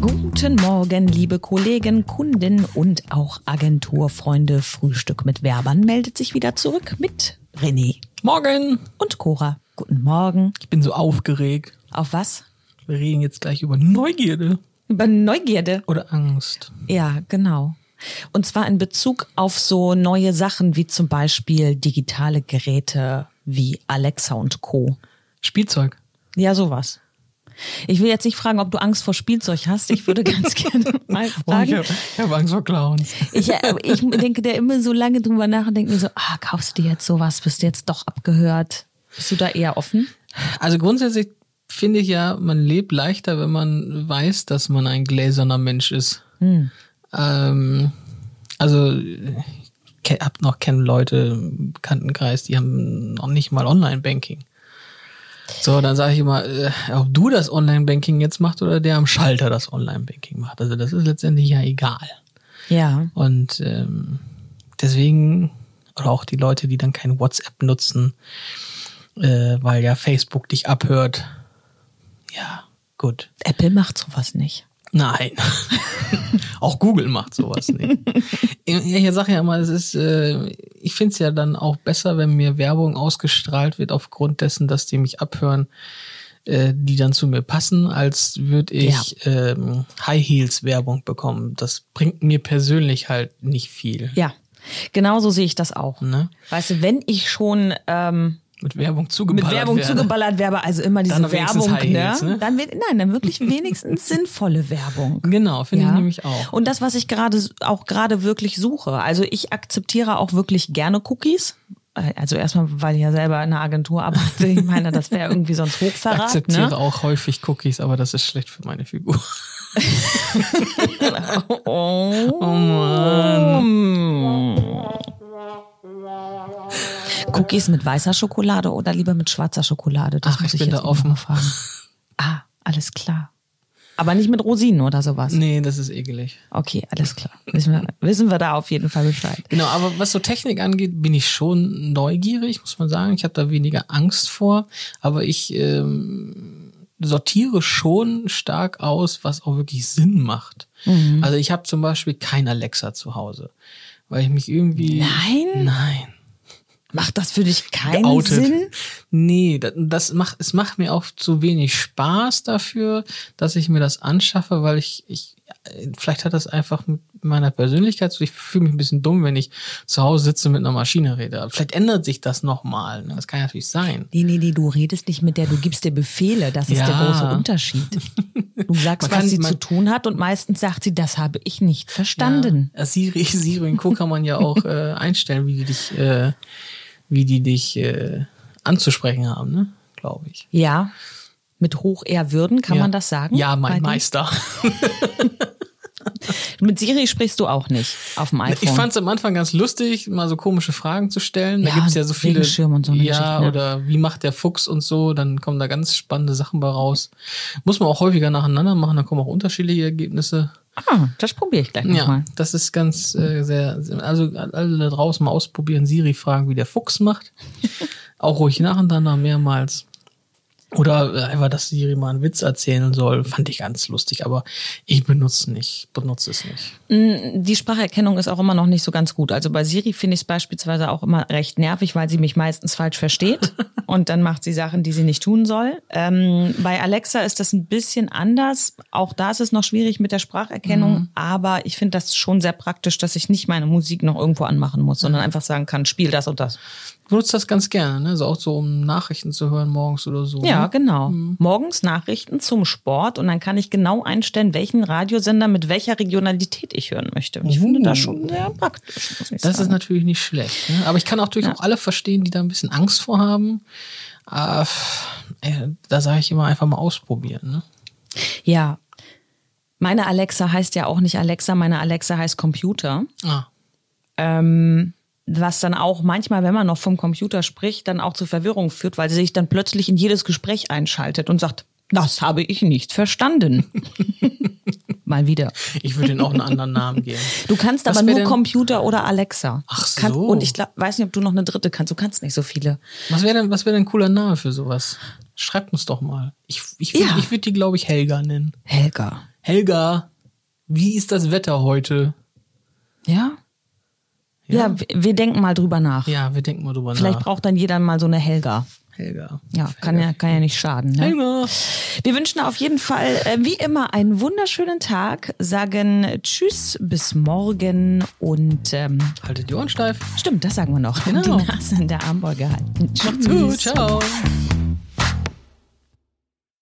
Guten Morgen, liebe Kollegen, Kunden und auch Agenturfreunde. Frühstück mit Werbern meldet sich wieder zurück mit René Morgen! und Cora. Guten Morgen. Ich bin so aufgeregt. Auf was? Wir reden jetzt gleich über Neugierde Über Neugierde. oder Angst. Ja, genau. Und zwar in Bezug auf so neue Sachen wie zum Beispiel digitale Geräte wie Alexa und Co. Spielzeug. Ja, sowas. Ich will jetzt nicht fragen, ob du Angst vor Spielzeug hast. Ich würde ganz gerne mal Oh, ich fragen. habe hab Angst vor Clowns. Ich, äh, ich denke da immer so lange drüber nach und denke mir so, ah, kaufst du jetzt sowas? Bist du jetzt doch abgehört? Bist du da eher offen? Also grundsätzlich finde ich ja, man lebt leichter, wenn man weiß, dass man ein gläserner Mensch ist. Ähm, also ich habe noch kenne Leute im Bekanntenkreis, die haben noch nicht mal Online-Banking. So, dann sage ich immer, äh, ob du das Online-Banking jetzt machst oder der am Schalter das Online-Banking macht. Also das ist letztendlich ja egal. Ja. Und ähm, deswegen, oder auch die Leute, die dann kein WhatsApp nutzen, äh, weil ja Facebook dich abhört. Ja, gut. Apple macht sowas nicht. Nein. auch Google macht sowas nicht. Ich, ich sage ja immer, es ist, äh, ich finde es ja dann auch besser, wenn mir Werbung ausgestrahlt wird, aufgrund dessen, dass die mich abhören, äh, die dann zu mir passen, als würde ich ähm, High Heels Werbung bekommen. Das bringt mir persönlich halt nicht viel. Ja. Genauso sehe ich das auch. Ne? Weißt du, wenn ich schon ähm, Mit Werbung zugeballert mit Werbung werde. zugeballert werde, also immer diese Dann wenigstens Werbung, High Heels, ne? ne? Dann wird, nein, dann wirklich wenigstens sinnvolle Werbung. Genau, finde Ja. ich nämlich auch. Und das, was ich gerade s- auch gerade wirklich suche. Also ich akzeptiere auch wirklich gerne Cookies. Äh, Also erstmal, weil ich ja selber in einer Agentur arbeite. Ich meine, das wäre irgendwie sonst Ich Hochverrat. akzeptiere ne? auch häufig Cookies, aber das ist schlecht für meine Figur. Oh, Cookies mit weißer Schokolade oder lieber mit schwarzer Schokolade? Das Ach, muss ich ich bin jetzt da offen. mal fragen. Ah, alles klar. Aber nicht mit Rosinen oder sowas. Nee, das ist ekelig. Okay, alles klar. Wissen wir, wissen wir da auf jeden Fall Bescheid. Genau, aber was so Technik angeht, bin ich schon neugierig, muss man sagen. Ich habe da weniger Angst vor, aber ich ähm, sortiere schon stark aus, was auch wirklich Sinn macht. Mhm. Also ich habe zum Beispiel kein Alexa zu Hause, weil ich mich irgendwie... Nein? Nein. Macht das für dich keinen geoutet. Sinn? Nee, das, das macht, es macht mir auch zu wenig Spaß dafür, dass ich mir das anschaffe, weil ich, ich, vielleicht hat das einfach mit meiner Persönlichkeit zu, ich fühle mich ein bisschen dumm, wenn ich zu Hause sitze und mit einer Maschine rede. Aber Vielleicht ändert sich das nochmal, ne? das kann ja natürlich sein. Nee, nee, nee, du redest nicht mit der, du gibst dir Befehle. Das ist der Ja. große Unterschied. Du sagst, Man kann- was sie man- zu tun hat und meistens sagt sie, das habe ich nicht verstanden. Ja, äh, Siri, Siri und Co. kann man ja auch äh, einstellen, wie die dich, äh, wie die dich äh, anzusprechen haben, ne? glaube ich. Ja. Mit hochehrwürden kann ja. man das sagen? Ja, Bei mein dir? Meister. Mit Siri sprichst du auch nicht auf dem iPhone. Ne, Ich fand es am Anfang ganz lustig, mal so komische Fragen zu stellen. Ja, da gibt's ja so viele. Regenschirm und so eine ja, Geschichte, ne? oder wie macht der Fuchs und so, dann kommen da ganz spannende Sachen bei raus. Muss man auch häufiger nacheinander machen, dann kommen auch unterschiedliche Ergebnisse. ah, das probiere ich gleich Ja, nochmal. das ist ganz äh, sehr, sehr- also alle da draußen mal ausprobieren, Siri fragen, wie der Fuchs macht. auch ruhig nacheinander mehrmals. Oder äh, einfach, dass Siri mal einen Witz erzählen soll, fand ich ganz lustig, aber ich benutze nicht, benutze es nicht. Die Spracherkennung ist auch immer noch nicht so ganz gut. Also bei Siri finde ich es beispielsweise auch immer recht nervig, weil sie mich meistens falsch versteht und dann macht sie Sachen, die sie nicht tun soll. Ähm, bei Alexa ist das ein bisschen anders. Auch da ist es noch schwierig mit der Spracherkennung, Mhm. aber ich finde das schon sehr praktisch, dass ich nicht meine Musik noch irgendwo anmachen muss, sondern Mhm. einfach sagen kann, spiel das und das. benutzt das ganz gerne, ne? Also auch so, um Nachrichten zu hören morgens oder so. Ja, ne? genau. Morgens Nachrichten zum Sport und dann kann ich genau einstellen, welchen Radiosender mit welcher Regionalität ich hören möchte. Ich finde das schon sehr praktisch. Muss ich Mhm. Das sagen. ist natürlich nicht schlecht. Ne? Aber ich kann auch natürlich auch alle verstehen, die da ein bisschen Angst vor haben. Äh, pff, äh, da sage ich immer einfach mal ausprobieren. Ne? Ja. Meine Alexa heißt ja auch nicht Alexa, meine Alexa heißt Computer. Ah, Ähm, was dann auch manchmal, wenn man noch vom Computer spricht, dann auch zu Verwirrung führt, weil sie sich dann plötzlich in jedes Gespräch einschaltet und sagt, das habe ich nicht verstanden. Mal wieder. ich würde ihnen auch einen anderen Namen geben. Du kannst Was aber nur wär denn- Computer oder Alexa. Ach so. Kann, und ich glaub, weiß nicht, ob du noch eine dritte kannst. Du kannst nicht so viele. Was wäre denn, was wäre denn ein cooler Name für sowas? Schreibt uns doch mal. Ich, ich, würd- Ja. ich würde die, glaube ich, Helga nennen. Helga. Helga, wie ist das Wetter heute? Ja? Ja, w- wir denken mal drüber nach. Ja, wir denken mal drüber Vielleicht nach. braucht dann jeder mal so eine Helga. Helga. Ja, kann ja, kann ja nicht schaden. Ne? Helga. Wir wünschen auf jeden Fall äh, wie immer einen wunderschönen Tag, sagen Tschüss, bis morgen und ähm, Haltet die Ohren steif. stimmt, das sagen wir noch. Genau. Die Nase in der Armbeuge halten. Tschüss. Macht's gut. Ciao.